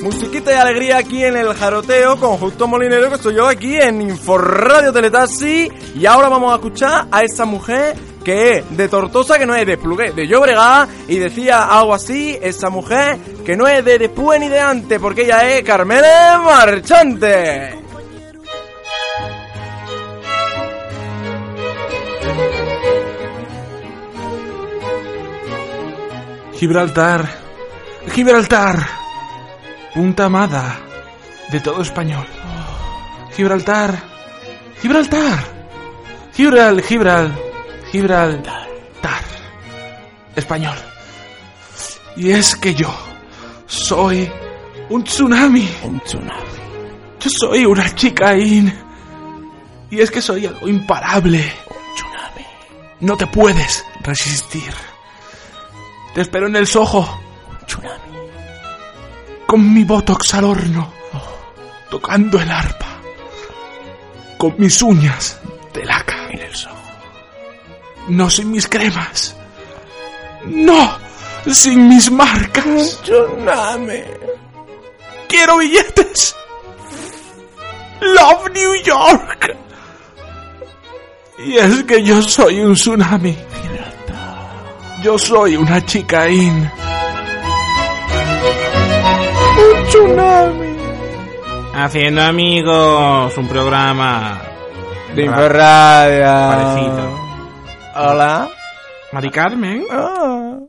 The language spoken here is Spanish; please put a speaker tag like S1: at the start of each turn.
S1: Musiquita y alegría aquí en el jaroteo con Justo Molinero, que estoy yo aquí en Inforradio Teletaxi. Y ahora vamos a escuchar a esa mujer que es de Tortosa, que no es de Plugué, de Llobregat. Y decía algo así, esa mujer que no es de después ni de antes, porque ella es Carmen Marchante.
S2: Gibraltar, Gibraltar, punta amada de todo español. Gibraltar, Gibraltar, Gibral, Gibral, Gibraltar, español. Y es que yo soy un tsunami.
S3: Un tsunami.
S2: Yo soy una chica in. Y es que soy algo imparable.
S3: Un tsunami.
S2: No te puedes resistir. Te espero en el sojo,
S3: Un tsunami.
S2: con mi botox al horno, tocando el arpa, con mis uñas de laca.
S3: En el sojo.
S2: No sin mis cremas. No sin mis marcas.
S3: Tsunami.
S2: Quiero billetes. Love New York. Y es que yo soy un tsunami. Yo soy una chica in. Un tsunami.
S4: Haciendo amigos, un programa.
S1: De Ah. Inforradio.
S4: Parecido.
S1: Hola.
S4: Mari Carmen.